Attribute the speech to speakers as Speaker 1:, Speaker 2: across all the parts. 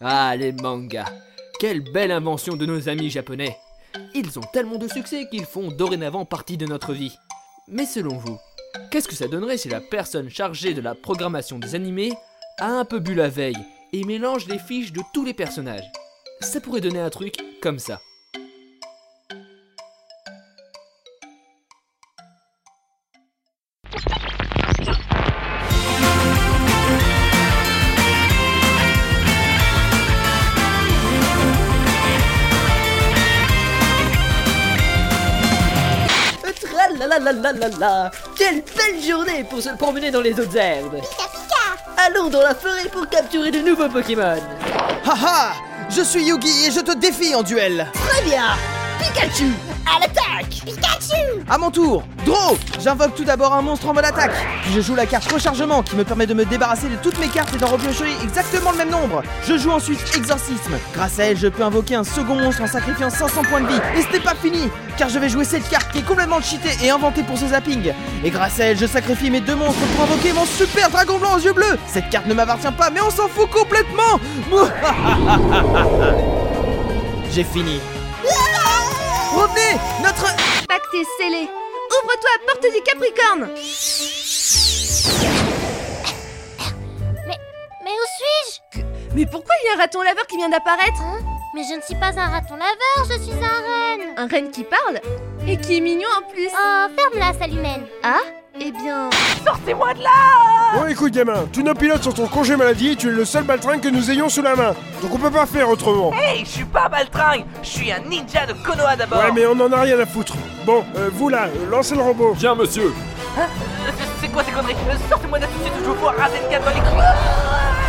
Speaker 1: Ah, les mangas Quelle belle invention de nos amis japonais Ils ont tellement de succès qu'ils font dorénavant partie de notre vie. Mais selon vous, qu'est-ce que ça donnerait si la personne chargée de la programmation des animés a un peu bu la veille et mélange les fiches de tous les personnages Ça pourrait donner un truc comme ça.
Speaker 2: Tralalalala Quelle belle journée pour se promener dans les hautes herbes Allons dans la forêt pour capturer de nouveaux Pokémon
Speaker 3: Haha Je suis Yugi et je te défie en duel
Speaker 2: Très bien Pikachu À l'attaque
Speaker 3: À mon tour Draw J'invoque tout d'abord un monstre en mode attaque, puis je joue la carte rechargement qui me permet de me débarrasser de toutes mes cartes et d'en repiocher exactement le même nombre. Je joue ensuite exorcisme. Grâce à elle, je peux invoquer un second monstre en sacrifiant 500 points de vie. Et ce n'est pas fini, car je vais jouer cette carte qui est complètement cheatée et inventée pour ce zapping. Et grâce à elle, je sacrifie mes deux monstres pour invoquer mon super dragon blanc aux yeux bleus. Cette carte ne m'appartient pas, mais on s'en fout complètement J'ai fini. Revenez Notre
Speaker 4: Pacte est scellé. Ouvre-toi, porte du Capricorne
Speaker 5: Mais où suis-je
Speaker 4: Mais pourquoi il y a un raton laveur qui vient d'apparaître
Speaker 5: Mais je ne suis pas un raton laveur, je suis un renne
Speaker 4: Un renne qui parle Et qui est mignon en plus
Speaker 5: Oh, ferme-la, sale humaine
Speaker 4: Ah Eh bien...
Speaker 6: Bon écoute gamin, tu nous pilotes sur ton congé maladie et tu es le seul baltringue que nous ayons sous la main. Donc on peut pas faire autrement.
Speaker 7: Hey, je suis pas baltringue, je suis un ninja de Konoha d'abord.
Speaker 6: Ouais mais on en a rien à foutre. Bon, euh, vous là, euh, lancez le robot.
Speaker 8: Tiens, monsieur
Speaker 7: Euh, c'est- C'est quoi ces conneries Euh, Sortez-moi de tout de suite, je vous vois raser le cadre dans les couilles.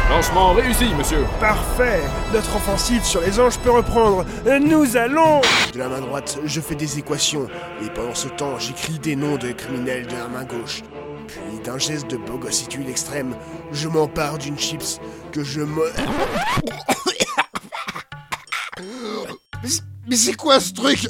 Speaker 8: Lancement réussi, monsieur
Speaker 6: Parfait Notre offensive sur les anges peut reprendre. Euh, Nous allons De la main droite, je fais des équations. Et pendant ce temps, j'écris des noms de criminels de la main gauche. Puis d'un geste de bogossitude extrême, je m'empare d'une chips que je me... Mais c'est- Mais c'est quoi ce truc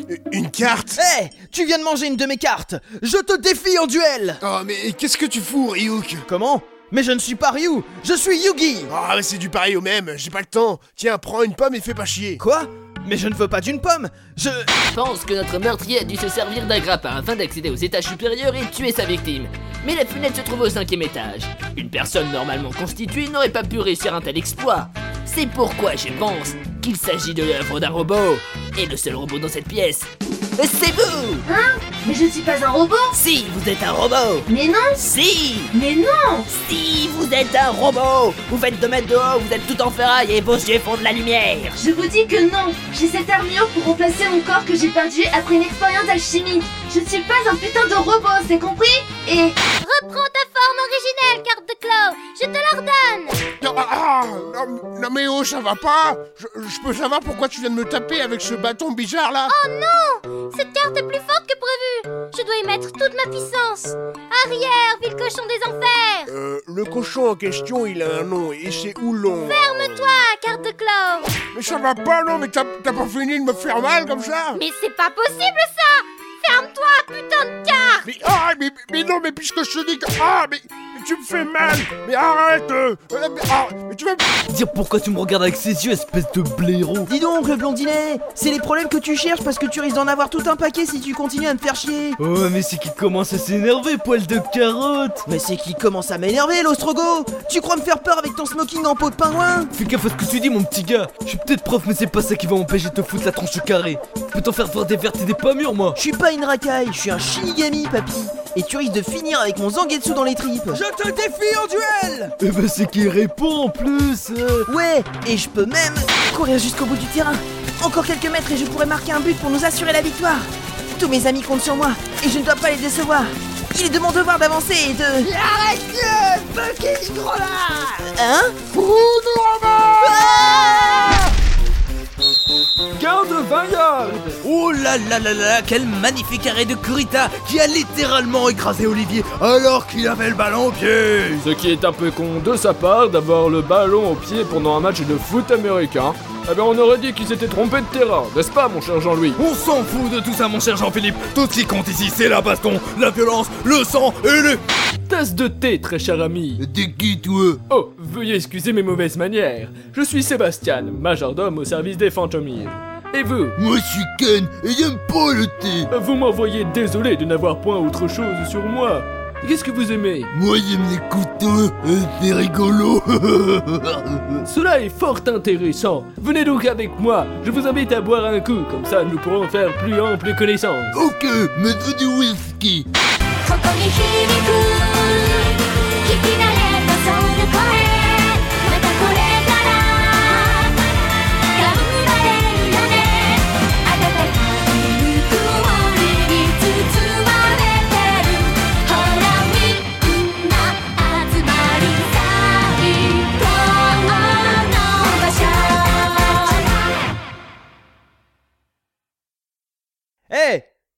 Speaker 6: Euh, Une carte
Speaker 3: Hé Tu viens de manger une de mes cartes Je te défie en duel
Speaker 6: Oh mais qu'est-ce que tu fous, Ryuk
Speaker 3: Comment Mais je ne suis pas Ryu Je suis Yugi
Speaker 6: Ah mais c'est du pareil au même, j'ai pas le temps. Tiens, prends une pomme et fais pas chier.
Speaker 3: Quoi Mais je ne veux pas d'une pomme Je...
Speaker 2: Je pense que notre meurtrier a dû se servir d'un grappin afin d'accéder aux étages supérieurs et tuer sa victime. Mais la fenêtre se trouve au cinquième étage. Une personne normalement constituée n'aurait pas pu réussir un tel exploit. C'est pourquoi je pense qu'il s'agit de l'œuvre d'un robot. Et le seul robot dans cette pièce, c'est vous
Speaker 9: Mais je ne suis pas un robot
Speaker 2: Si vous êtes un robot
Speaker 9: Mais non
Speaker 2: Si
Speaker 9: Mais non
Speaker 2: Si vous êtes un robot Vous faites 2 mètres de haut, vous êtes tout en ferraille et vos yeux font de la lumière
Speaker 9: Je vous dis que non J'ai cette armure pour remplacer mon corps que j'ai perdu après une expérience alchimique. Je ne suis pas un putain de robot, c'est compris Et...
Speaker 5: Reprends ta forme originelle, carte de Claw Je te l'ordonne
Speaker 10: Non, ah, ah, non, non, mais oh, ça va pas je, je peux savoir pourquoi tu viens de me taper avec ce bâton bizarre là
Speaker 5: Oh Cette carte est plus forte que prévu Je dois y mettre toute ma puissance Arrière, vil cochon des enfers
Speaker 6: Euh, le cochon en question, il a un nom, et c'est Oulon.
Speaker 5: Ferme-toi, Ah, carte de Claw
Speaker 10: Mais ça va pas, non, mais t'as t'as pas fini de me faire mal comme ça
Speaker 5: Mais c'est pas possible ça Ferme-toi, putain de carte
Speaker 10: Mais ah, mais, mais non, mais puisque je te dis que. Ah, mais, mais tu me fais mal Mais arrête euh, euh, mais, ah, mais tu vas.
Speaker 3: Dire pourquoi tu me regardes avec ces yeux, espèce de blaireau Dis donc, le blondinet C'est les problèmes que tu cherches parce que tu risques d'en avoir tout un paquet si tu continues à me faire chier
Speaker 11: Oh, mais c'est qu'il commence à s'énerver, poil de carotte
Speaker 3: Mais c'est qui commence à m'énerver, l'ostrogo Tu crois me faire peur avec ton smoking en peau de pingouin
Speaker 11: Fais gaffe à ce que tu dis, mon petit gars Je suis peut-être prof, mais c'est pas ça qui va m'empêcher de te foutre la tronche au carré Je peux t'en faire voir des vertes et des pas mûres, moi
Speaker 3: Je suis pas une racaille, je suis un shinigami, papy Et tu risques de finir avec mon zangetsu dans les tripes Je te défie en duel
Speaker 11: Eh ben, c'est qu'il répond en plus euh.
Speaker 3: Ouais, et je peux même courir jusqu'au bout du terrain. Encore quelques mètres et je pourrais marquer un but pour nous assurer la victoire. Tous mes amis comptent sur moi et je ne dois pas les décevoir. Il est de mon devoir d'avancer et de... Arrête-le, fucking gros Hein
Speaker 8: Garde Vineyard
Speaker 11: Oh là là là là, quel magnifique arrêt de Kurita qui a littéralement écrasé Olivier alors qu'il avait le ballon au pied
Speaker 8: Ce qui est un peu con de sa part d'avoir le ballon au pied pendant un match de foot américain. Eh ben on aurait dit qu'il s'était trompé de terrain, n'est-ce pas mon cher Jean-Louis
Speaker 11: On s'en fout de tout ça, mon cher Jean-Philippe Tout ce qui compte ici, c'est la baston, la violence, le sang et les...
Speaker 1: tasse de thé, très cher ami.
Speaker 11: T'es qui, toi
Speaker 1: Oh, veuillez excuser mes mauvaises manières. Je suis Sébastien, majordome au service des fantômes. Et vous
Speaker 11: Moi, je suis Ken, et j'aime pas le thé.
Speaker 1: Vous m'envoyez désolé de n'avoir point autre chose sur moi. Qu'est-ce que vous aimez
Speaker 11: Moi, j'aime les couteaux, euh, c'est rigolo.
Speaker 1: Cela est fort intéressant. Venez donc avec moi. Je vous invite à boire un coup, comme ça nous pourrons faire plus ample connaissance.
Speaker 11: ok, mettez du whisky.
Speaker 5: ここに響く聞き慣れたその声またこれから頑張れるよね温かいぬくもりに包まれてるほらみんな集まり最高の場所
Speaker 3: Eh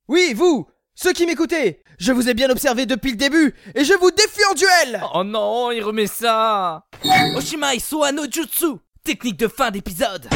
Speaker 3: Oui, vous Ceux qui m'écoutez Je vous ai bien observé depuis le début et je vous défie en duel
Speaker 7: Oh non, il remet ça Oshimai Soano Jutsu Technique de fin d'épisode